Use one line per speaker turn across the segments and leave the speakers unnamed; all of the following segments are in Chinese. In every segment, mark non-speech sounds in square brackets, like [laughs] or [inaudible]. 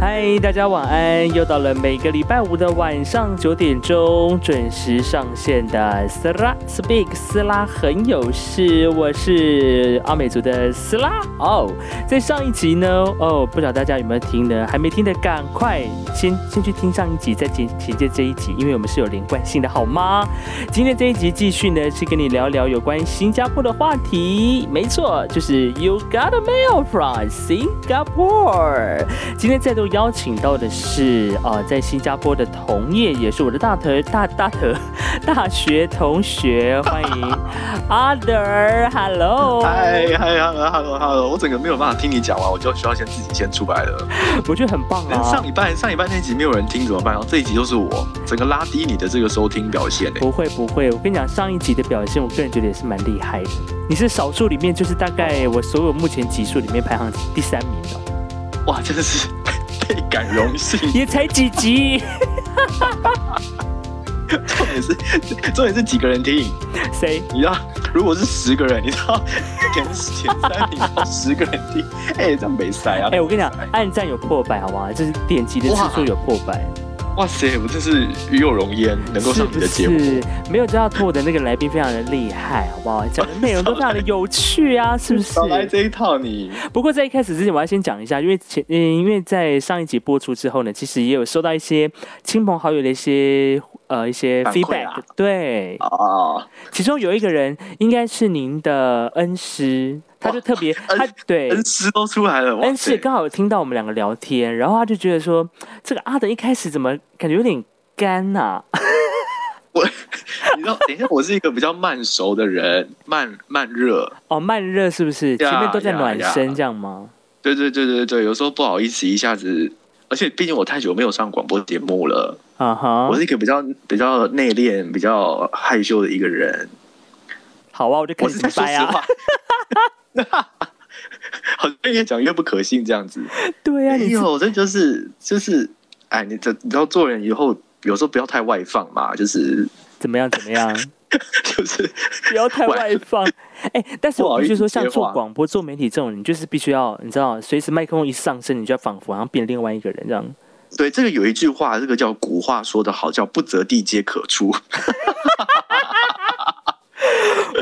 嗨，大家晚安！又到了每个礼拜五的晚上九点钟准时上线的斯拉 Speak 斯拉很有事，我是阿美族的斯拉哦。在上一集呢，哦，不晓得大家有没有听呢？还没听的赶快先先去听上一集，再衔衔接这一集，因为我们是有连贯性的，好吗？今天这一集继续呢，是跟你聊聊有关新加坡的话题。没错，就是 You got a mail from Singapore。今天再度邀请到的是啊、呃在新加坡的同业，也是我的大头大大头 [laughs] 大学同学，欢迎 Other，Hello，
嗨嗨，hello hello hello，我整个没有办法听你讲完，我就需要先自己先出来了。
我觉得很棒
那
啊
上。礼拜上礼拜那集没有人听怎么办？然后这一集就是我，整个拉低你的这个收听表现、欸、
不会不会，我跟你讲，上一集的表现，我个人觉得也是蛮厉害的。你是少数里面，就是大概我所有目前集数里面排行第三名的哦。
哇，真的是 [laughs] 倍感荣幸。
也才几集，
重点是重点是几个人听？
谁？
你知道，如果是十个人，你知道 [laughs] 前前三名到十个人听，哎、这样没塞啊。
哎、我跟你讲，暗赞有破百，好不好？就是点击的次数有破百，
哇塞，我真是与有荣焉，能够上你的节目。
是不是？没有知道托我的那个来宾非常的厉害，好不好？讲的内容都非常的有趣啊，是不是
少？来这一套你，
不过在一开始之前，我要先讲一下，因为前嗯，因为在上一集播出之后呢，其实也有收到一些亲朋好友的一些呃一些
反馈
feedback，、
啊
对，
啊，
其中有一个人应该是您的恩师，他就特别他
恩
对
恩师都出来了，哇
恩师
塞，
刚好有听到我们两个聊天，然后他就觉得说，这个阿德一开始怎么感觉有点干啊呐、
你知道，等一下，我是一个比较慢熟的人，慢慢热。
[laughs] 哦，慢热是不是？
呀
前面都在暖
呀
身
呀
这样吗？
对对对对对，有时候不好意思，一下子，而且毕竟我太久没有上广播节目了，
啊哈
我，是一个比较比较内敛、比较害羞的一个人。
好啊，我就开
我
始
是在说
掰
实
啊。
话， [laughs] 好像越讲越不可信这样子。
[laughs] 对啊，
没
你是
有，这就是就是，哎，你这你要做人以后，有时候不要太外放嘛，就是 [laughs]
怎么样怎么样？
就是
不要太外放。哎、但是
不
我
好
必
意
须
思
说，像
接
做
话
广播、做媒体这种，你就是必须要，你知道，随时麦克风一上升，你就要仿佛好像变另外一个人这样。
对这个有一句话，这个叫古话说得好，叫不择地皆可出。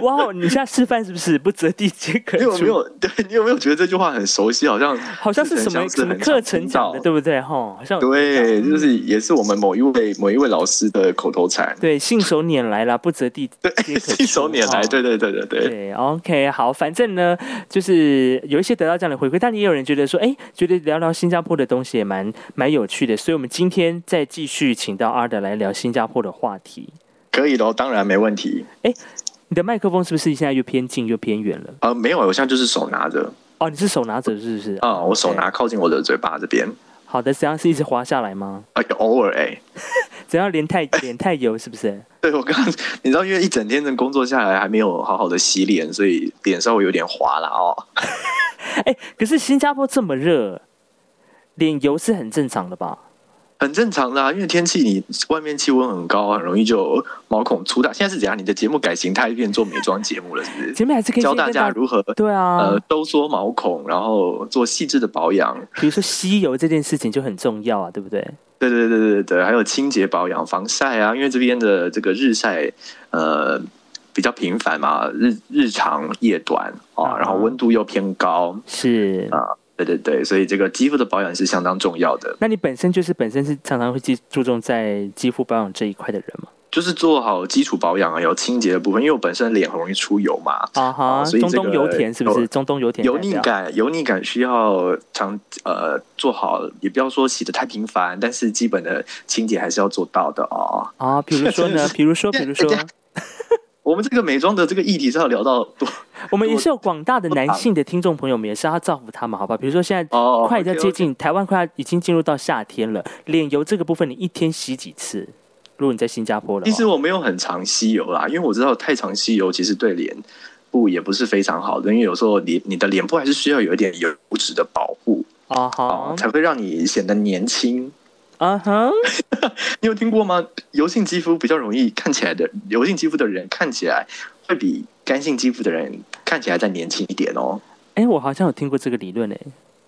哇哦，你现在示范是不是不择地皆 [laughs] 可
你有
出
没？有对你有没有觉得这句话很熟悉？好像
好像是什么
似曾
什么
相识
课程讲的，？
很常听到
对不对？哈，好像有
对，就是
嗯
也是我们某一位某一位老师的口头禅，
对，信手拈来啦，不择
[laughs]
地皆可
信手
出
拈来。
哦
对对对对对，
对，OK，好，反正呢，就是有一些得到这样的回馈，但也有人觉得说，哎，觉得聊聊新加坡的东西也蛮蛮有趣的，所以我们今天再继续请到阿德来聊新加坡的话题。
可以咯，当然没问题。
你的麦克风是不是现在越偏近越偏远了？
呃，没有，我现在就是手拿着
哦，你是手拿着是不是？
啊、我手拿靠近我的嘴巴这边，
好的，怎样是一直滑下来吗？
哎、偶尔哎、
怎样连
[laughs]
太连太油是不是？
对我刚刚， [laughs] 你知道，因为一整天的工作下来还没有好好的洗脸，所以脸稍微有点滑了哦。
哎，可是新加坡这么热，脸油是很正常的吧？
很正常啊啦、因为天气你外面气温很高，啊很容易就毛孔粗大。现在是怎样？你的节目改型态变做美妆节目了，是不是？
前面还是可以
教
先
大
跟
家如何
对啊，
呃收缩毛孔，然后做细致的保养。
比如说吸油这件事情就很重要啊，对不对？
对对对对对，还有清洁保养、防晒啊，因为这边的这个日晒呃比较频繁嘛，日日长夜短
啊
啊，然后温度又偏高。
是，
啊对对对，所以这个肌肤的保养是相当重要的，
那你本身就是本身是常常会注注重在肌肤保养这一块的人嘛？
就是做好基础保养啊，有清洁的部分，因为我本身脸很容易出油嘛，
啊哈，
哦所以
中
这个
东油田是不是？
有
中东油田代
油
表
腻感，油腻感需要常呃做好，也不要说洗的太频繁，但是基本的清洁还是要做到的哦。
啊，比如说
[laughs]
呢，比如说，比如说，
我们这个美妆的这个议题是要聊到多
我们也是有广大的男性的听众朋友们，也是要造福他们，好吧？比如说现在
哦，
[laughs] 快要
OK，OK
接近台湾，快要已经进入到夏天了，脸油这个部分你一天洗几次？如果你在新加坡的
其
话
实，我没有很常吸油啦，因为我知道太常吸油其实对脸部也不是非常好的，因为有时候你你的脸部还是需要有一点油脂的保护
啊
哦
哈，
才会让你显得年轻。
啊哈，
你有听过吗？油性肌肤比较容易看起来的，油性肌肤的人看起来会比干性肌肤的人看起来再年轻一点哦。
哎，我好像有听过这个理论诶，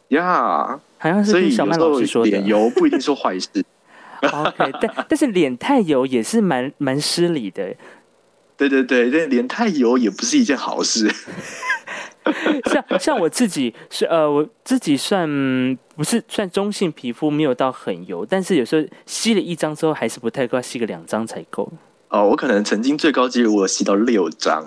呀、
好像是
所
听
以
小
有
曼
时
老师
候
说的
脸。油不一定是坏事。 [laughs]
OK，但但是脸太油也是蛮蛮失礼的。
对对对，但脸太油也不是一件好事。 [laughs]
像像我自己是呃，我自己算嗯不是算中性皮肤，没有到很油，但是有时候吸了一张之后还是不太够，要吸个两张才够。
哦，我可能曾经最高纪录我吸到六张，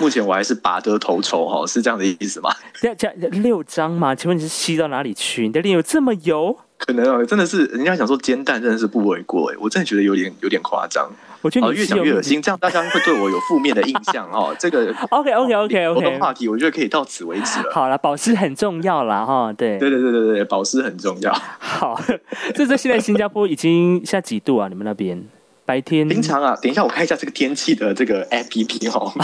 目前我还是拔得头筹哈，是这样的意思吗？ [laughs]
这这六张嘛？请问你是吸到哪里去？你的脸有这么油？
可能哦，真的是人家想说煎蛋真的是不为过哎，我真的觉得有点有点夸张。
我觉得
哦，
你
越
是
讲
有
越恶心，这样大家会对我有负面的印象哦。这个
OK OK OK
我的
OK，
话题我觉得可以到此为止了。
好了，保湿很重要啦哈。对，
对对对对对，保湿很重要。
好， [laughs] 这这现在新加坡已经现在几度啊？你们那边白天
平常啊，等一下我看一下这个天气的这个 APP 哦。 [laughs]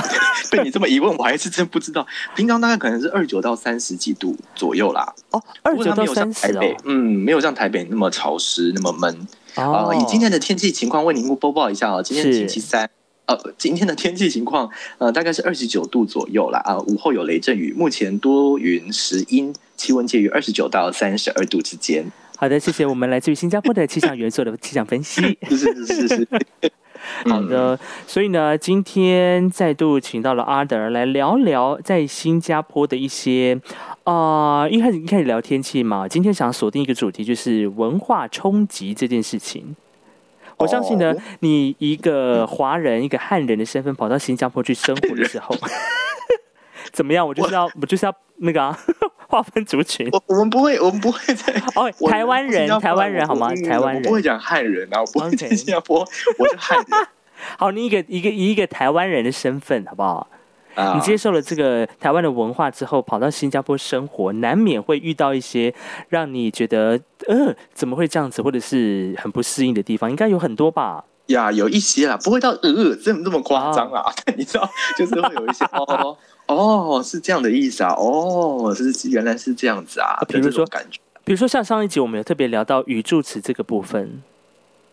被你这么一问，我还是真不知道。平常大概可能是二九到三十几度左右啦，
哦，二
不过
九
它没
到
有像
三十
台北
哦。，
嗯，没有像台北那么潮湿那么闷啊、
哦，
以今天的天气情况为您播报一下啊，今天
是
星期三。呃，今天的天气情况，呃，大概是二十九度左右啦。啊，午后有雷阵雨，目前多云时阴，气温介于二十九到三十二度之间。
好的，谢谢我们来自于新加坡的气象元素的气象分析。
是是是是是。
[laughs]
嗯
好的，所以呢，今天再度请到了阿德来聊聊在新加坡的一些，啊，一开始一开始聊天气嘛，今天想锁定一个主题，就是文化冲击这件事情。我相信呢
哦，
你一个华人、一个汉人的身份跑到新加坡去生活的
[laughs]
时候， [laughs] 怎么样？我就是要，我就是要那个啊， [laughs] 划分族群。
我我们不会，我们不会在
哦，[laughs]
我
台湾
新
人
加，坡
台湾
我
人好吗？
嗯
台湾
我
人
不会讲汉人啊，我不会
OK
在新加坡，我是汉人
好，你一个一个以一个台湾人的身份，好不好？
啊。
[laughs] 你接受了这个台湾的文化之后，跑到新加坡生活，难免会遇到一些让你觉得呃怎么会这样子，或者是很不适应的地方，应该有很多吧？
呀，有一些啦，不会到呃这么这么夸张
哦
啦。 [laughs] 但你知道，就是会有一些哦哦是这样的意思啊，哦是原来是这样子啊，
比如
的这种
说
感觉。
比如说像上一集我们有特别聊到语助词这个部分，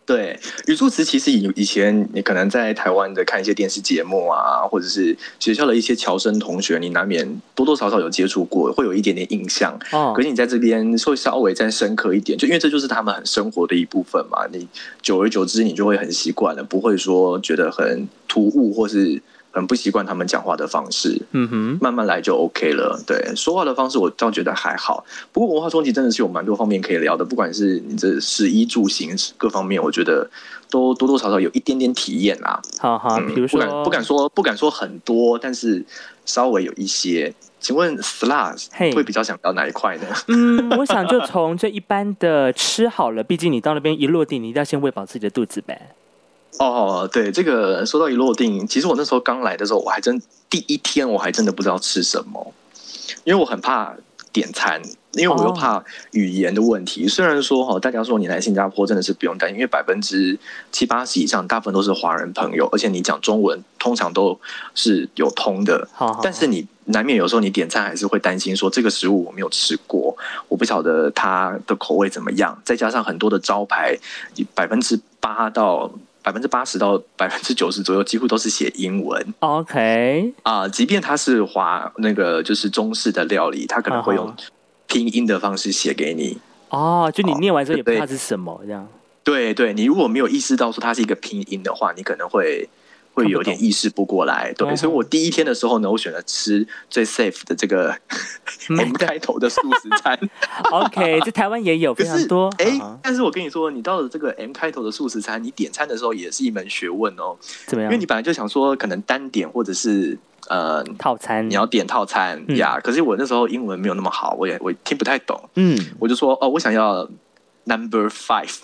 对，语助词其实以以前你可能在台湾的看一些电视节目啊，或者是学校的一些侨生同学，你难免多多少少有接触过，会有一点点印象。
哦
可，是你在这边会稍微再深刻一点，就因为这就是他们很生活的一部分嘛。你久而久之，你就会很习惯了，不会说觉得很突兀或是很不习惯他们讲话的方式。
嗯哼，
慢慢来就 OK 了。对，说话的方式我倒觉得还好。不过文化冲击真的是有蛮多方面可以聊的，不管是你这食衣住行各方面，我觉得都多多少少有一点点体验啦。
好好，
嗯
比如说、
不敢不敢说不敢说很多，但是稍微有一些。请问 Slash
嘿
会比较想聊哪一块呢？
嗯，我想就从最一般的吃好了，毕竟你到那边一落地，你一定要先喂饱自己的肚子呗。
哦，对，这个说到一落定，其实我那时候刚来的时候，我还真第一天我还真的不知道吃什么，因为我很怕点餐，因为我又怕语言的问题。虽然说哈，大家说你来新加坡真的是不用担心，因为百分之七八十以上大部分都是华人朋友，而且你讲中文通常都是有通的。
好好，
但是你难免有时候你点餐还是会担心说这个食物我没有吃过，我不晓得它的口味怎么样。再加上很多的招牌，百分之八到百分之八十到百分之九十左右几乎都是写英文
OK，
啊、即便它是华那个就是中式的料理，它可能会
啊
用拼音的方式写给你。
哦，就你
哦
念完之后也不
对
知道是什么这样。
对对，你如果没有意识到说它是一个拼音的话，你可能会会有点意识不过来。
懂
对，所以我第一天的时候呢，我选择吃最 safe 的这个
麦
M 开头的素食
[laughs]
餐。 [laughs]
OK，在台湾也有非
可
常
是
多。
哎
啊，
但是我跟你说，你到了这个 M 开头的素食餐，你点餐的时候也是一门学问哦，
怎么
因
样？
为你本来就想说可能单点或者是呃
套餐，
你要点套餐
嗯
呀，可是我那时候英文没有那么好，我也我听不太懂，
嗯
我就说哦，我想要 number five。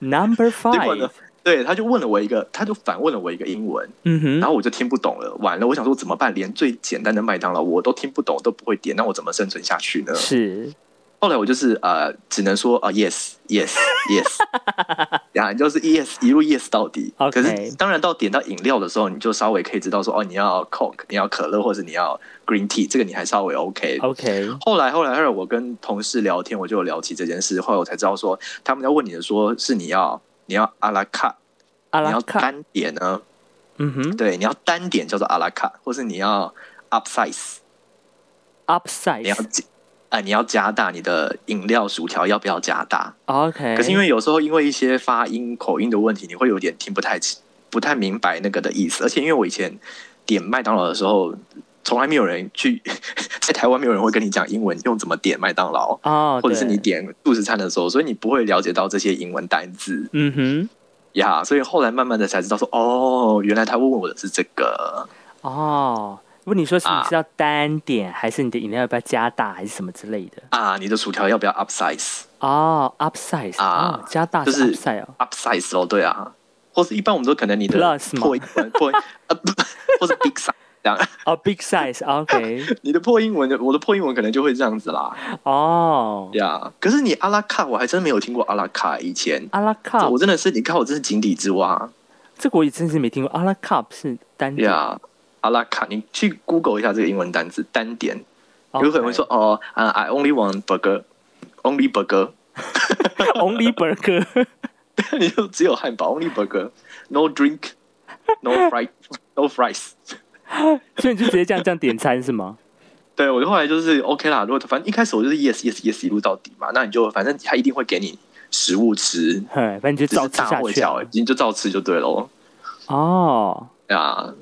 ，Number
结果呢
Five，，
对，他就问了我一个，他就反问了我一个英文，
嗯
然
哼，
后我就听不懂了，完了，我想说怎么办？连最简单的麦当劳我都听不懂，都不会点，那我怎么生存下去呢？
是
后来我就是呃，只能说啊、呃、，yes
[laughs]
yes yes，然后就是 yes 一路 yes 到底。
OK
可是当然到点到饮料的时候，你就稍微可以知道说哦，你要 Coke，你要可乐，或者你要 Green Tea，这个你还稍微 OK。
OK，
后来，后来，后来，我跟同事聊天，我就有聊起这件事。后来我才知道说，他们在问你的说，是你要你要阿拉卡，
阿
你
拉
要
卡，
单点呢？
嗯哼
对，你要单点叫做阿拉卡，或是你要 upsize，你要
，Upsize，
呃，你要加大你的饮料、薯条要不要加大？
OK，
可是因为有时候因为一些发音、口音的问题，你会有点听不太清、不太明白那个的意思。而且因为我以前点麦当劳的时候，从来没有人去 [laughs] 在台湾没有人会跟你讲英文用怎么点麦当劳，
哦，
或者是
对
你点素食餐的时候，所以你不会了解到这些英文单字
嗯哼。
呀。所以后来慢慢的才知道说，哦，原来他问我的是这个。
哦，问你说是你
啊
是要单点，还是你的饮料要不要加大，还是什么之类的？
啊，你的薯条要不要 upsize？
哦，upsize
啊
哦加大
就是是
upsize 哦。
upsize 哦，对啊，或是一般我们都可能你的
Plus 吗
破英文破英呃不，或是 big size 这样， [laughs]
哦，big size，OK，
你的破英文的我的破英文可能就会这样子啦，
哦，
呀、可是你阿拉卡我还真没有听过阿拉卡，以前
阿拉卡
我，真的是你看我真是井底之蛙
这个我也真是没听过。阿拉卡是单点，
呀。阿拉卡，你去 Google 一下这个英文单词单点，
OK
有可能会说哦，啊、i only want burger，only burger， [laughs]
only burger， [laughs]
你就只有汉堡，only burger，no drink，no fry，no fries。
所以你就直接这样这样点餐是吗？
对，我就后来就是 OK 啦。如果反正一开始我就是 yes yes yes 一路到底嘛，那你就反正他一定会给你食物吃，
哼，反正你就
只
照
是
吃
大
下
或
去啊
小，。你就照吃就对喽。
哦
对啊，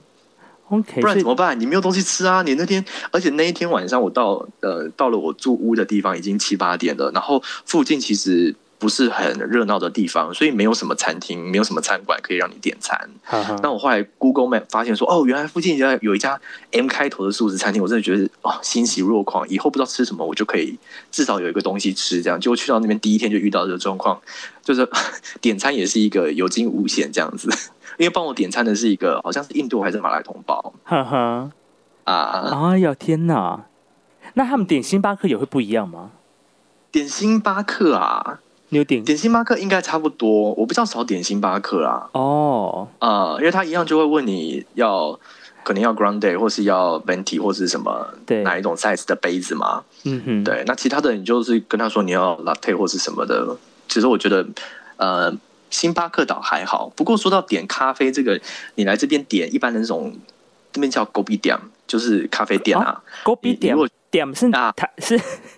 ，OK，
不然
所以
怎么办？你没有东西吃啊！你那天，而且那一天晚上我到呃到了我住屋的地方已经七八点了，然后附近其实不是很热闹的地方，所以没有什么餐厅，没有什么餐馆可以让你点餐。
哈哈
那我后来 Google Map 发现说，哦，原来附近有有一家 M 开头的素食餐厅，我真的觉得哦欣喜若狂，以后不知道吃什么，我就可以至少有一个东西吃。这样，结果去到那边第一天就遇到这个状况，就是 [laughs] 点餐也是一个有惊无险这样子， [laughs] 因为帮我点餐的是一个好像是印度还是马来同胞
哈哈，
啊，
哎呦天哪！那他们点星巴克也会不一样吗？
点星巴克啊，
你有点
点星巴克应该差不多，我比较少点星巴克啊，
哦，
啊，因为他一样就会问你要。可能要 grande 或是要 venti 或是什么
对
哪一种 size 的杯子嘛，
嗯哼，
对，那其他的你就是跟他说你要 latte 或是什么的。其实我觉得，呃，星巴克倒还好。不过说到点咖啡这个，你来这边点一般的那种，这边叫 g o b i 店，就是咖啡店啊。
勾比点
你如果
点是
啊
它是 [laughs]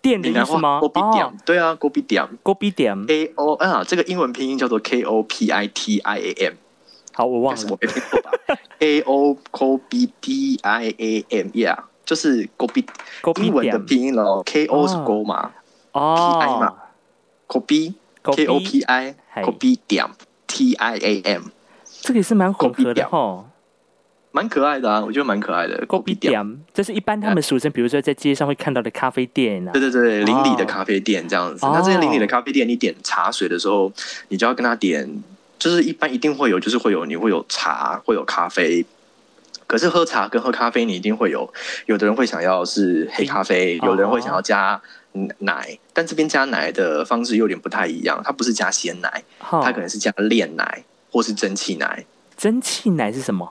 店的
闽
意
南
思
话
吗？
g o b i
哦
店，，对啊 g o b i 店
勾比点，
，A O 啊，这个英文拼音叫做 K O P I T I A M，
好，我忘
但是
了
我。没听错吧？A O K O B D I A M，yeah，就是 g o b i
勾比
英文的
点
拼音咯 k O 是
哦
Go 嘛，P I
哦
嘛 g o b i K O P I
嗨
Kopi 点 T I A M，
这个也是蛮混合
勾比
的
点
哈。
蛮可爱的啊，我觉得蛮可爱的。
勾比
Kopi 店，
点，这是一般他们俗称，比如说在街上会看到的咖啡店啊
对。对对，邻里的
哦
咖啡店这样子。
哦
那这些邻里的咖啡店，你点茶水的时候，你就要跟他点，就是一般一定会有，就是会有你会有茶，会有咖啡。可是喝茶跟喝咖啡，你一定会有，有的人会想要是黑咖啡，
冰
有的人会
哦
想要加奶，但这边加奶的方式有点不太一样，它不是加鲜奶，
哈
它可能是加炼奶或是蒸汽奶。
蒸汽奶是什么？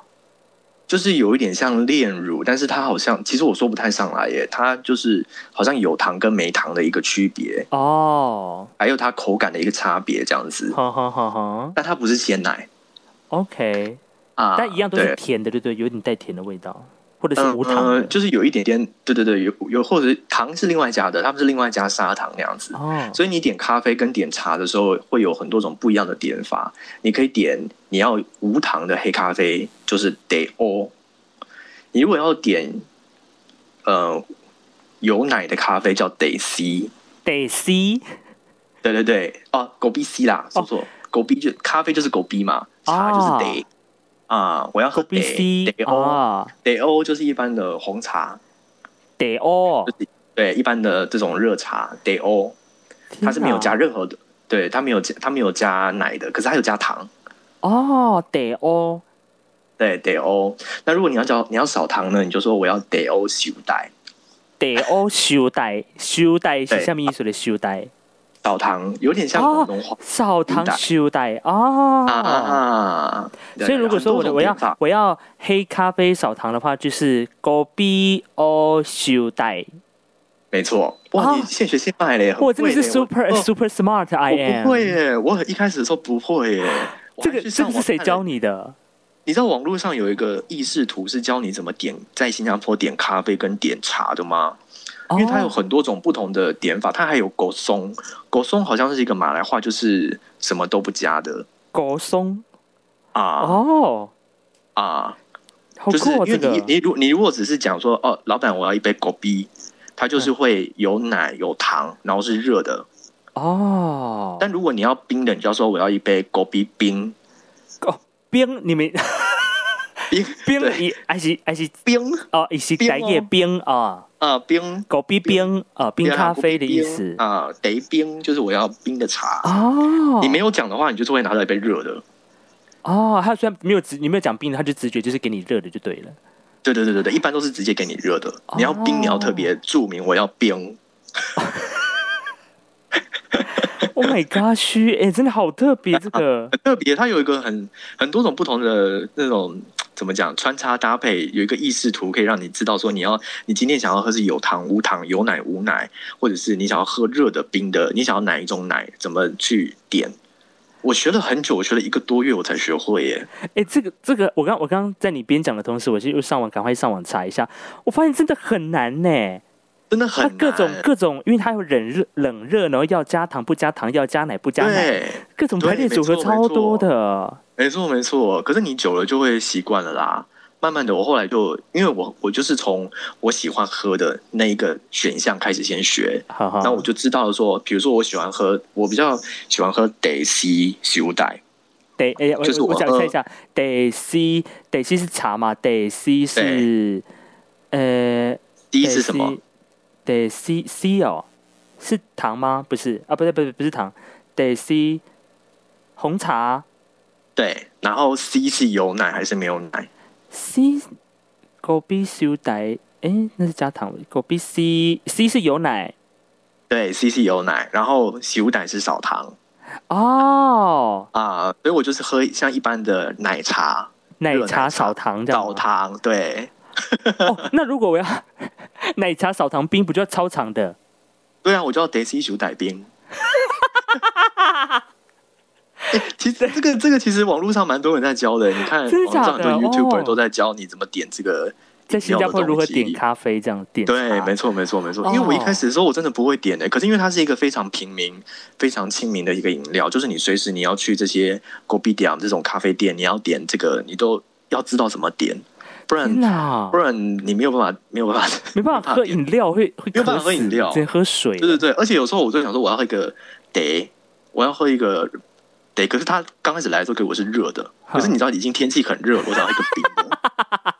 就是有一点像炼乳，但是它好像其实我说不太上来耶，它就是好像有糖跟没糖的一个区别，
哦，
还有它口感的一个差别这样子。
哈哈哈哈。
但它不是鲜奶
OK，
啊，
但一样都是
对
甜的，对不对？有点带甜的味道，或者
嗯
是无糖
呃
的。
就是有一点点，对对对，有有或者是糖是另外加的，他们是另外加砂糖那样子。
哦，
所以你点咖啡跟点茶的时候，会有很多种不一样的点法。你可以点你要无糖的黑咖啡，就是 day o。你如果要点呃有奶的咖啡，叫 day c。
得 C
对对对，哦，狗逼 c 啦，说错，狗逼就咖啡就是狗逼嘛，茶就是
哦
day 啊、我要喝
B
day
C
day o
啊，
day o 就是一般的红茶，
得哦，
对，一般的这种热茶 day o，它是没有
天哪
加任何的，对，它没有加它没有加奶的，可是它有加糖。
哦，得哦，
对，得欧。那如果你要叫你要少糖呢，你就说我要得欧修带
得哦，修带修带是
对
下面意思的修带，
少糖，有点像
哦
广东话、
少糖
修带
修带
啊啊
哦。
啊。对
所以如果说我的我要
很多种点法
我要黑咖啡少糖的话，就是高 B O 修带。
没错，哇，
哦
你现学现卖嘞，很
我真的是
会嘞
super、
我哦
super smart I
我
am
不。会耶，我很一开始的时候不会耶。我
这
还
个这
去上
个
网
是谁
看了
教？你的？
你知道网络上有一个意识图是教你怎么点在新加坡点咖啡跟点茶的吗？因为它有
哦
很多种不同的点法，它还有狗松，狗松好像是一个马来话，就是什么都不加的
狗松
啊
哦，
啊，
好
就是
酷、哦、
因
这
为你
个
你如你如果只是讲说哦，老板我要一杯狗逼，它就是
嗯
会有奶有糖，然后是热的。
哦，
但如果你要冰的，你就要说我要一杯狗逼冰
冰你们
冰
[laughs] 冰
对
一还是还是
冰
哦，一是
冰
白夜
哦
冰啊，
啊冰
狗逼冰啊，冰咖啡的意思
啊，得冰就是我要冰的茶。
哦。
你没有讲的话，你就是会拿到一杯热的。啊
哦，他虽然没有直你没有讲冰的，他就直觉就是给你热的就对了。
对对对对对，一般都是直接给你热的。你要冰，你要特
哦
别注明我要冰。
Oh my gosh，哎、真的好特别这个
很特别，它有一个很很多种不同的那种怎么讲穿插搭配，有一个意识图可以让你知道说你要你今天想要喝是有糖无糖，有奶无奶，或者是你想要喝热的冰的，你想要哪一种奶，怎么去点。我学了很久，我学了一个多月，我才学会耶。
哎、这个这个，我刚我刚刚在你边讲的同时，我就又上网赶快上网查一下，我发现真的很难呢、
真的
它
很
各种
难
各种，因为它有冷热冷热，然后要加糖不加糖，要加奶不加奶，
对，
各种排列
对
组合
没错
超
没
多
错
的。
没错没错。可是你久了就会习惯了啦。慢慢的，我后来就因为我我就是从我喜欢喝的那一个选项开始先学，
好好，
那我就知道了说，比如说我喜欢喝，我比较喜欢喝得西修带，
得哎、我
就是
我
我
讲
喝
一下，得 C 得 C 是茶嘛，得 C 是呃
第一
得
是什么？
C- 得 C C 哦，是糖吗？不是啊，不对不对不是糖，得 C 红茶
对，然后 C 是有奶还是没有奶？
C 狗逼修带，哎那是加糖的，狗逼 C C 是有奶
对，C 是有奶，然后修奶是少糖
哦，
啊、所以我就是喝像一般的奶茶，
奶
热奶
茶
茶
少糖这样
少
吗。
糖，对，
哦， [laughs] 那如果我要 [laughs] 奶茶少糖冰，不就要超长的？
对啊，我就要得西修
[laughs]
带冰。欸、其实这个这个其实网络上蛮多人在教的，你看网
真的
络
假的
上很多 YouTuber
哦
都在教你怎么点这个
在新加坡如何
饮料的东
点
西
咖啡这样点？
对，没
错。
错，没错，没错
哦。
因为我一开始的时候我真的不会点的、可是因为它是一个非常平民、非常亲民的一个饮料，就是你随时你要去这些 g o b i d a m 这种咖啡店，你要点这个，你都要知道怎么点，不然
天哪
不，然你没有办法，没有办
[laughs]
法。
啊没办法喝饮料，会会
没有办
渴
法喝饮
死
料
只能喝水。
对对对，而且有时候我就想说，我要喝一个得，我要喝一个得，可是它刚开始来的时候给我是热的，可是你知道已经天气很热了，我想要一个冰的。 [laughs]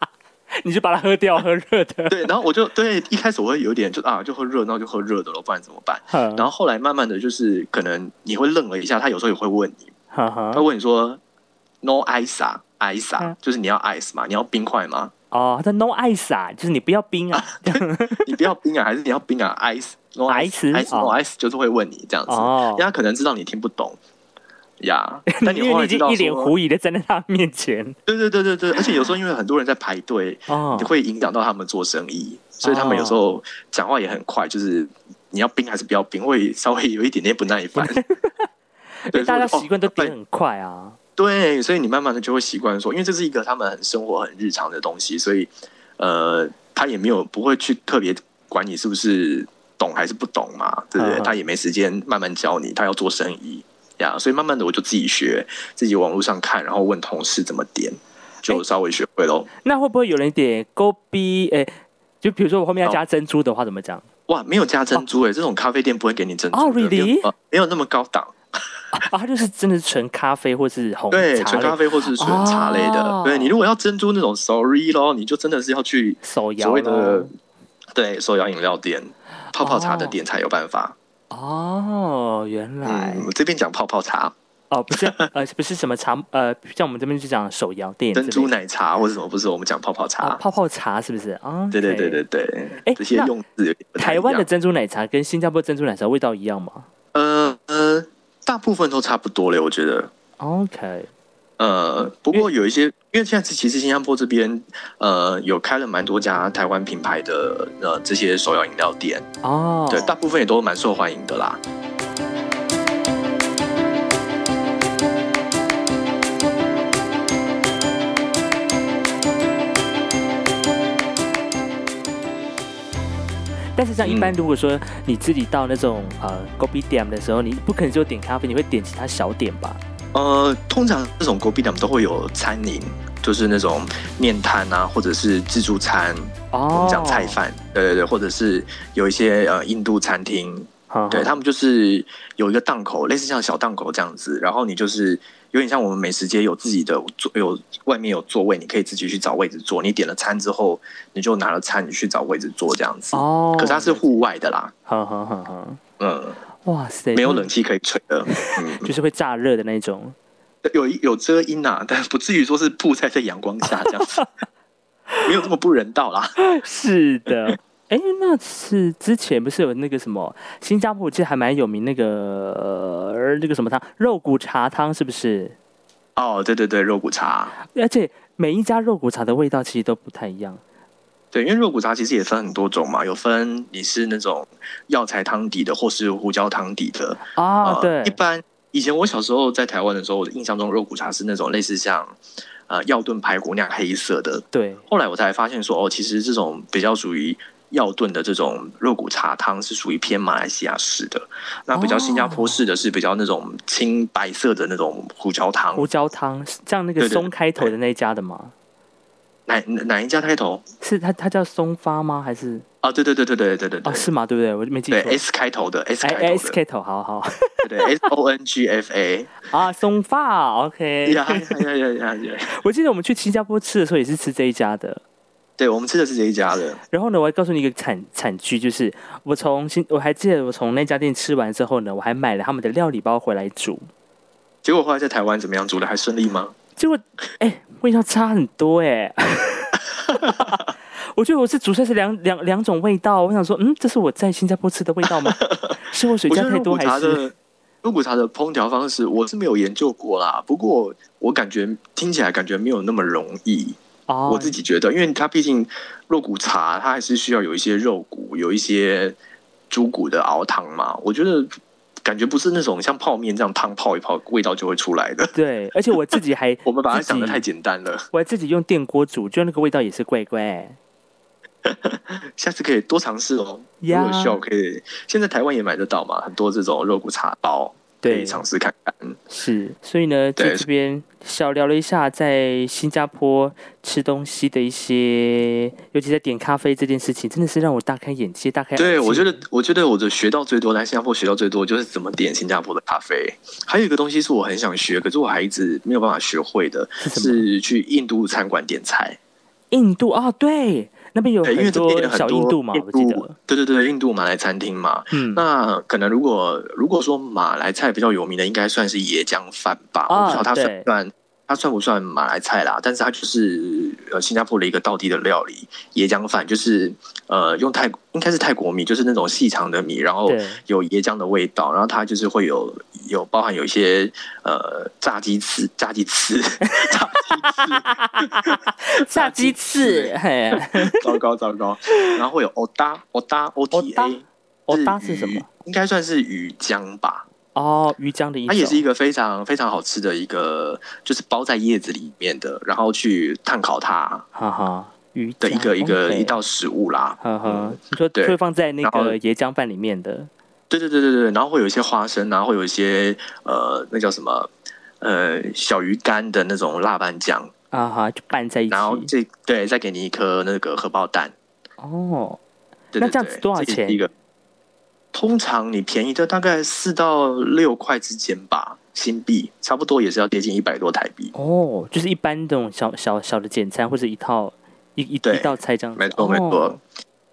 你就把它喝掉，喝热的。
对，然后我就对一开始我会有点就啊，就喝热，那我就喝热的了，不然怎么办？
然
[laughs] 然后后来慢慢的就是，可能你会愣了一下，他有时候也会问你，
哈
他
哈，
问你说，no ice 啊，ice
嗯
啊，就是你要 ice 嘛，你要冰块吗？
哦，他 no ice 啊，就是你不要冰啊。
你不要冰啊，还是你要冰啊？ice
[laughs]
no
Ice，
ice ice no
哦
ice 就是会问你这样子，
哦
因为，他可能知道你听不懂呀， [laughs] 但
[laughs]
你
因为
后来
已
知
经
道
一脸
说，
狐疑的站在他面
[laughs]
前。
对对对对对，而且有时候因为很多人在排队，
哦
你，会影响到他们做生意，所以他们有时候讲话也很快，就是你要冰还是不要冰，会稍微有一点点不耐
[laughs]
烦。
因为
对，
大家
所以
习
我就
惯都
哦对
点很快啊。
对，所以你慢慢的就会习惯说，因为这是一个他们很生活、很日常的东西，所以呃，他也没有不会去特别管你是不是懂还是不懂嘛，对不对？
嗯嗯
他也没时间慢慢教你，他要做生意呀，所以慢慢的我就自己学，自己网络上看，然后问同事怎么点，就稍微学会喽。
那会不会有人点勾逼？哎，就比如说我后面要
哦
加珍珠的话，怎么讲？
哇，没有加珍珠诶、这种咖啡店不会给你珍珠的
哦
没有
really？
呃没有那么高档，
[laughs] 啊，它就是真的是纯咖啡或是红
对，
茶
纯
类
咖啡或是纯茶类的，
哦
对你如果要珍珠那种，sorry 咯，你就真的是要去
手摇
所谓的
咯
对手摇饮料店、泡泡茶的店才有办法。
哦，原来
嗯，这边讲泡泡茶、
哦，不是呃，不是什么茶呃，像我们这边就讲手摇店之类
珍
的
珠奶茶或者什么，不是我们讲泡泡
啊，
茶。
泡泡茶是不是啊？
对对对
OK
对对，
哎
这些
那
用字有点不太一
台
样
湾的珍珠奶茶跟新加坡珍珠奶茶味道一样吗
呃呃，大部分都差不多嘞，我觉得。
？OK，
呃，不过有一些，因为现在其实新加坡这边，呃，有开了蛮多家台湾品牌的呃这些手摇饮料店，
哦，
对，大部分也都蛮受欢迎的啦。
但但是像一般，
嗯
如果说你自己到那种呃 g o b i 点的时候，你不可能就点咖啡，你会点其他小点吧？
呃，通常这种国币店都会有餐饮，就是那种面摊啊，或者是自助餐，我
哦
们，讲菜，饭，对对对，或者是有一些呃印度餐厅，
哦
对他们就是有一个档口，类似像小档口这样子，然后你就是有点像我们美食街有自己的座，有外面有座位，你可以自己去找位置坐。你点了餐之后，你就拿了餐，你去找位置坐这样子。
哦，
可是它是户外的啦，
好好好好，
嗯，
哇塞，
没有
他们
冷气可以吹的，嗯， [laughs]
就是会炸热的那种。
有有遮阴啊，但不至于说是曝晒在阳光下这样子， [laughs] 没有这么不人道啦。
是的，哎，那是之前不是有那个什么新加坡，我记得还蛮有名那个呃那个什么汤，肉骨茶汤是不是？
哦，对对对，肉骨茶，
而且每一家肉骨茶的味道其实都不太一样。
对，因为肉骨茶其实也分很多种嘛，有分你是那种药材汤底的，或是胡椒汤底的。
啊，
呃
对
一，般以前我小时候在台湾的时候，我的印象中肉骨茶是那种类似像呃药炖排骨那样黑色的。
对，
后来我才发现说，哦，其实这种比较属于药炖的这种肉骨茶汤是属于偏马来西亚式的，那比较新加
哦
坡式的是比较那种青白色的那种胡椒汤
胡。椒汤，像那个
对对对
松开头的那一家的吗？
哪哪哪一家开头？
是它，它叫松发吗？还是
啊，对对对对对对对
哦，
对。
是吗？对不对？我没记
对
错。
S 开头的 S
哎
开头
，S
的，
开头，好好
对对 S O N G F
[laughs]
A，
啊，松发，OK。
呀呀呀呀呀！
我记得我们去新加坡吃的时候也是吃这一家的。
对我们吃的是这一家的，
然后呢，我还告诉你一个惨惨剧，就是我从新，我还记得我从那家店吃完之后呢，我还买了他们的料理包回来煮，
结果后来在台湾怎么样？煮的还顺利吗？
结果哎，味道差很多哎、 [laughs] 我觉得我是煮出来是两两两种味道，我想说，嗯，这是我在新加坡吃的味道吗？ [laughs] 是我水
我觉
加
得
太
肉
多
骨茶
还是？
的肉骨茶的烹调方式，我是没有研究过啦。不过我感觉听起来感觉没有那么容易，
哦，
我自己觉得，因为它毕竟肉骨茶，它还是需要有一些肉骨，有一些猪骨的熬汤嘛。我觉得感觉不是那种像泡面这样汤泡一泡，味道就会出来的。
对，而且我自己还
我们把它想的
自己
太简单了，
我还自己用电锅煮，就那个味道也是怪怪、
下次可以多尝试哦。
呀
如果需要，可以现在台湾也买得到嘛，很多这种肉骨茶包，可
对
以尝试看看。
是，所以呢，在
对
这边小聊了一下在新加坡吃东西的一些，尤其在点咖啡这件事情，真的是让我大开眼界，大开
对，我觉
得
得，我觉得我的学到最多，来新加坡学到最多就是怎么点新加坡的咖啡。还有一个东西是我很想学，可是我还一直没有办法学会的，
是什么
是去印度餐馆点菜。
印度啊、对，那边有
对，因为
很
这边很
小
多
印度嘛，我记得，
对对对，印度马来餐厅嘛。
嗯，
那可能如果如果说马来菜比较有名的，应该算是椰浆饭吧。
啊
我不知道它算
对
不算，它算不算马来菜啦？但是它就是呃新加坡的一个道地的料理，椰浆饭就是呃用泰应该是泰国米，就是那种细长的米，然后 [laughs]
对
有椰浆的味道，然后它就是会有有包含有一些呃炸鸡翅、炸鸡
[laughs]
翅、炸鸡翅。
炸鸡翅，嘿，
[laughs] 糟糕糟糕，然后有 OTA OTA OTA
OTA 是哦什么？
应该算是鱼浆吧，
哦，鱼浆的一
它也是
种
一个非常非常好吃的一个，就是包在叶子里面的，然后去炭烤它
哈哈，鱼
的一
浆
个一个
哦 OK
一道食物啦。
呵呵
嗯，
你说
对
会放在那
然后
个椰浆饭里面的，
对对对对对，然后会有一些花生啊，会有一些呃，那叫什么？呃，小鱼干的那种辣拌酱，
啊哈，就拌在一起
然。后这对再给你一颗那个荷包蛋，
哦，
对
那
对
这样
对
子多少
这也是
钱
一个通常你便宜的大概四到六块之间吧，新币差不多也是要接近一百多台币。
哦，就是一般这种小小小的简餐或者一套一一
对
一道菜这样子。
没错没
哦
错。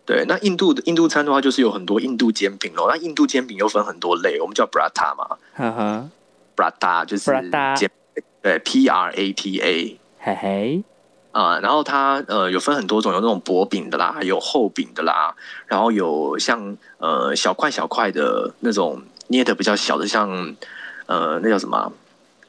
对，那印度的印度餐的话，就是有很多印度煎饼咯。那印度煎饼又分很多类，我们叫 prata 嘛
呵呵，
，prata 就是
Prata
煎饼对 P R A T A
嘿嘿，
啊、然后它呃有分很多种，有那种薄饼的啦，有厚饼的啦，然后有像呃小块小块的那种捏的比较小的，像呃那叫什么啊，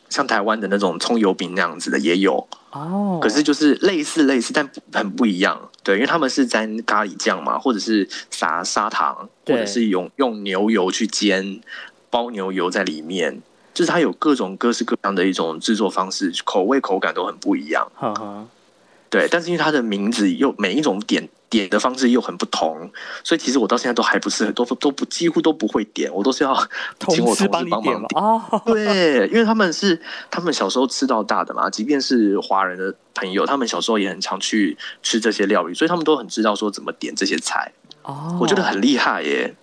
像台湾的那种葱油饼那样子的也有，
哦，
可是就是类似类似，但不很不一样。对，因为他们是沾咖喱酱嘛，或者是撒砂糖，
对
或者是用用牛油去煎，包牛油在里面，就是它有各种各式各样的一种制作方式，口味口感都很不一样。
呵呵，
对，但是因为它的名字又每一种点点的方式又很不同，所以其实我到现在都还不是很都都不几乎都不会点，我都是要
同
请我
事
同
帮
事
你
帮
点
忙
嘛哦，
对，因为他们是他们小时候吃到大的嘛，即便是华人的朋友，他们小时候也很常去吃这些料理，所以他们都很知道说怎么点这些菜，
哦，
我觉得很厉害耶。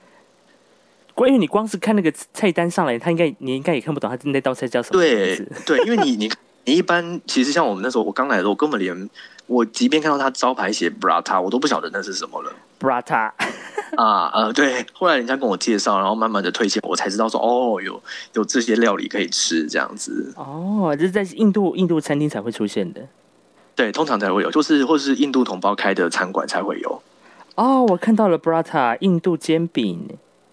关于你光是看那个菜单上来，他应该你应该也看不懂他那道菜叫什么名
对
字。
对，因为你你你一般其实像我们那时候我刚来的时候，我根本连我即便看到他招牌写 brata，我都不晓得那是什么了
Brata，
啊呃对，后来人家跟我介绍，然后慢慢的推荐，我才知道说哦有有这些料理可以吃这样子。
哦，这是在印度印度餐厅才会出现的。
对，通常才会有，就是或是印度同胞开的餐馆才会有。
哦，我看到了 Brata 印度煎饼，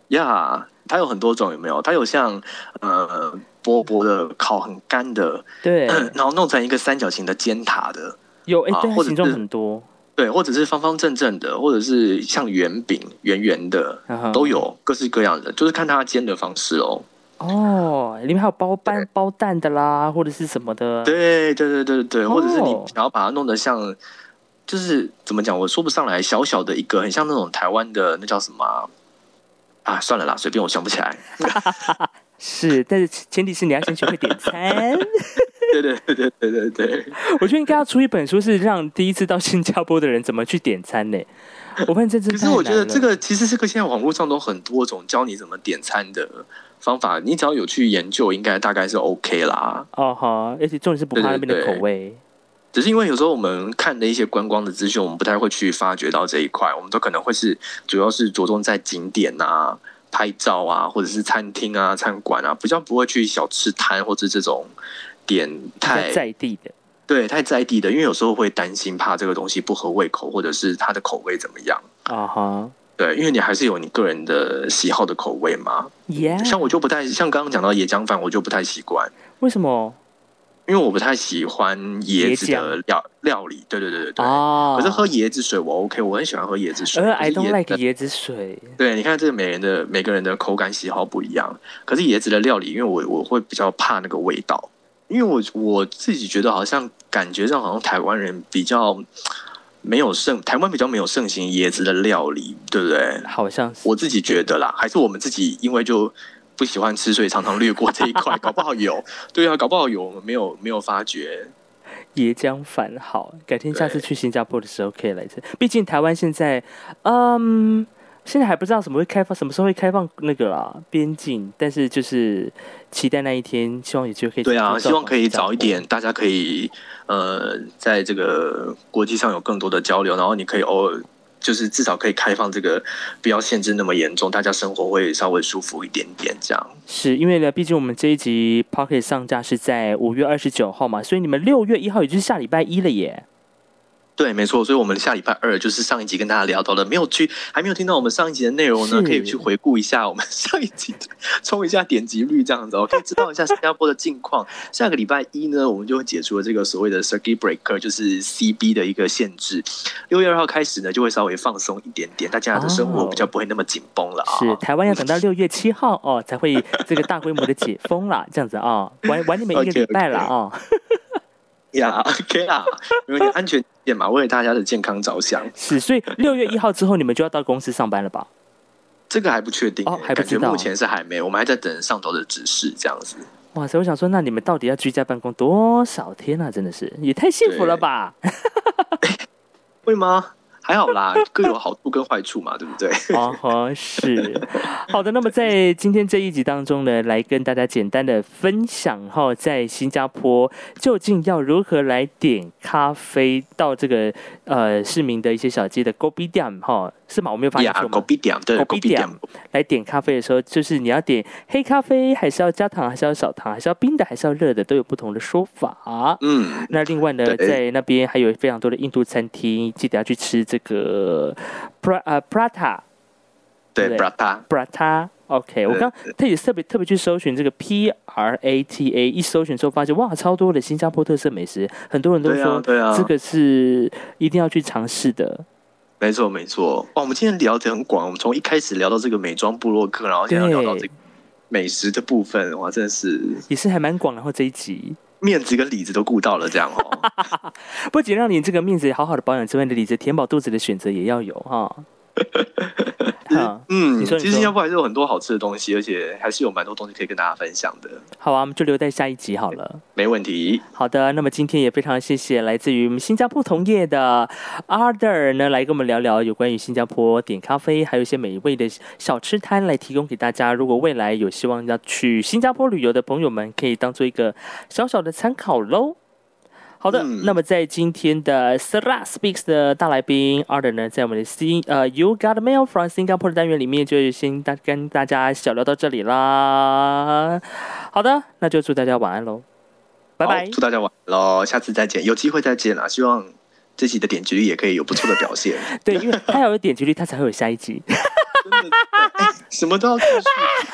呀它有很多种，有没有？它有像呃薄薄的烤很干的， [clears throat]
对，
然后弄成一个三角形的尖塔的，
有哎，
啊
对，它
或者
形状
是
很多，
对，或者是方方正正的，或者是像圆饼圆圆的，
嗯哼
都。有各式各样的，就是看它煎的方式哦。
哦，里面还有包蛋包蛋的啦，或者是什么的。
对对对对对，
哦
或者是你想要把它弄得像。就是怎么讲，我说不上来，小小的一个，很像那种台湾的那叫什么啊？啊算了啦，随便，我想不起来。
是，但是前提是你要先学会点餐。
对对对对对对对。
我觉得应该要出一本书，是让第一次到新加坡的人怎么去点餐呢？我发现这真
可
的
是
太
我觉得
难了
这个其实这个现在网络上都很多种教你怎么点餐的方法，你只要有去研究，应该大概是 OK 啦。
哦哈，而且重点是不怕那边的
对对
口
对
味。
只是因为有时候我们看的一些观光的资讯，我们不太会去发掘到这一块，我们都可能会是主要是着重在景点啊、拍照啊，或者是餐厅啊、餐馆啊，比较不会去小吃摊或者这种点
比较
太
在地的。
对太在地的，因为有时候会担心怕这个东西不合胃口，或者是它的口味怎么样。
啊哈
对，因为你还是有你个人的喜好的口味嘛。
耶！
像我就不太像刚刚讲到椰浆饭，我就不太习惯，
为什么
因为我不太喜欢椰子
椰
的料料理。对对对对对。
啊？
可是喝椰子水我 OK，我很喜欢喝椰子水。
呃
可
，I
是
don't
椰
like
子
椰子水。
对，你看这个每人的每个人的口感喜好不一样。可是椰子的料理，因为我我会比较怕那个味道，因为我我自己觉得好像感觉上好像台湾人比较没有盛，台湾比较没有盛行椰子的料理，对不对？
好像是
我自己觉得啦，还是我们自己因为就不喜欢吃，所以常常略过这一块。搞不好有，对啊，搞不好有，我们没有没有发觉。
椰浆饭好，改天下次
对
去新加坡的时候可以来吃。毕竟台湾现在，嗯，现在还不知道什么会开放，什么时候会开放那个啦边境，但是就是期待那一天，希望有机会可以
对啊，
多造
希望可以
访
早一
新加
点，大家可以呃，在这个国际上有更多的交流，然后你可以偶尔。就是至少可以开放这个，不要限制那么严重，大家生活会稍微舒服一点点这样。
坡。是因为呢，毕竟我们这一集 Pocket 上架是在五月二十九号嘛，所以你们六月一号也就是下礼拜一了耶。
对，没错，所以我们下礼拜二就是上一集跟大家聊到的，没有去还没有听到我们上一集的内容呢
是，
可以去回顾一下我们上一集的， [laughs] 冲一下点击率这样子哦，可以知道一下新加坡的近况。下个礼拜一呢，我们就会解除了这个所谓的 circuit breaker，就是 CB 的一个限制。六月二号开始呢，就会稍微放松一点点，大家的生活比较不会那么紧绷了啊、
是台湾要等到六月七号哦，才会这个大规模的解封啦，这样子啊、玩玩你们一个
OK，OK
礼拜啦哦。
呀、o k 啦，因为安全点嘛，为了大家的健康着想，
是，所以六月一号之后你们就要到公司上班了吧？
这个还不确定、
哦还不
感
知
觉
道
目前是还没，我们还在等上头的指示这样子。
哇塞！我想说，那你们到底要居家办公多少天啊？真的是也太幸福了吧！
会吗？还好啦， [laughs] 各有好处跟坏处嘛，对不对？
哦吼，是好的。那么在今天这一集当中呢，来跟大家简单的分享哈，在新加坡究竟要如何来点咖啡到这个呃市民的一些小街的 g o b i d a m 哈，是吗？我没有发音
呀，
错
狗
吗？
必点，对，
狗
狗
必
必
点
点，
来点咖啡的时候，就是你要点黑咖啡，还是要加糖，还是要少糖，还是要冰的，还是要热的，都有不同的说法。
嗯，
那另外呢，
对
在那边还有非常多的印度餐厅，记得要去吃这个 pra 呃 prata
对
对
，brata，
prata。OK，我刚特也特别特别去搜寻这个 P R A T A，一搜寻之后发现哇，超多的新加坡特色美食，很多人都
对啊
说，
对啊
这，个是一定要去尝试的。
没错没错。哇，我们今天聊得很广，我们从一开始聊到这个美妆部落客，然后现在
对
聊到这个美食的部分，哇，真的是
也是还蛮广的。然后这一集
面子跟里子都顾到了，这样
[laughs]
哦。
不仅让你这个面子好好的保养之外，你的里子填饱肚子的选择也要有哈。
[laughs]
好，
嗯，
你说你
其
说
实新加坡还是有很多好吃的东西，而且还是有蛮多东西可以跟大家分享的，
好啊，我们就留在下一集好了。
没问题。
好的，那么今天也非常谢谢来自于我们新加坡同业的 Arder 呢，来跟我们聊聊有关于新加坡点咖啡，还有一些美味的小吃摊来提供给大家。如果未来有希望要去新加坡旅游的朋友们，可以当做一个小小的参考喽。好的，
嗯
那么在今天的 Sara Speaks 的大来宾 Arder 呢，在我们的 C 呃 You Got Mail from Singapore 的单元里面，就先大跟大家小聊到这里啦。好的，那就祝大家晚安喽，拜
好
拜。
祝大家晚安喽，下次再见，有机会再见啦。希望这集的点击率也可以有不错的表现，
[laughs] 对，因为他要有点击率，他才会有下一集。
真的、哎什么都要看数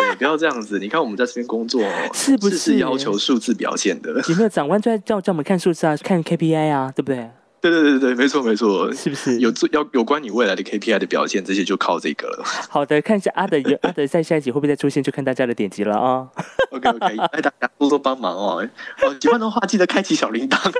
字，不要这样子。你看我们在这边工作，哦
是不
事
是
事要求数字表现的？ [laughs]
有没有长官就在叫叫我们看数字啊，看 KPI 啊，对不对？
对对对对，没错没错。
是不是？
有做要有关你未来的 KPI 的表现，这些就靠这个了。
好的，看一下阿德有阿德在下一集会不会再出现，就看大家的点击了啊。
OK
[laughs]
OK，拜哎大家多多帮忙哦。哦，喜欢的话记得开启小铃铛。 [laughs]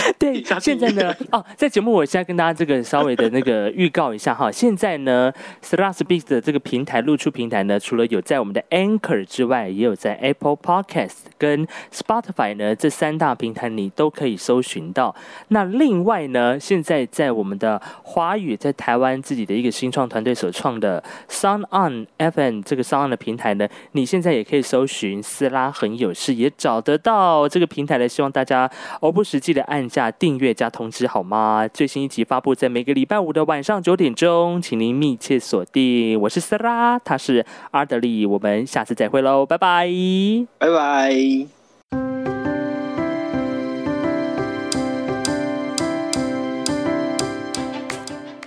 [laughs] 对
底下，
现在
订阅
呢，哦，在节目我现在跟大家这个稍微的那个预告一下哈，现在呢 s l a s p e a k 的这个平台露出平台呢，除了有在我们的 Anchor 之外，也有在 Apple Podcast 跟 Spotify 呢这三大平台你都可以搜寻到。那另外呢，现在在我们的华语在台湾自己的一个新创团队所创的 Sound On FM 这个 Sound On 的平台呢，你现在也可以搜寻“斯拉很有事”，也找得到这个平台的。希望大家毫不实际的按下订阅加通知，好吗？最新一集发布在每个礼拜五的晚上九点钟，请您密切锁定。我是斯拉，他是阿德利，我们下次再会喽，拜拜。
拜拜。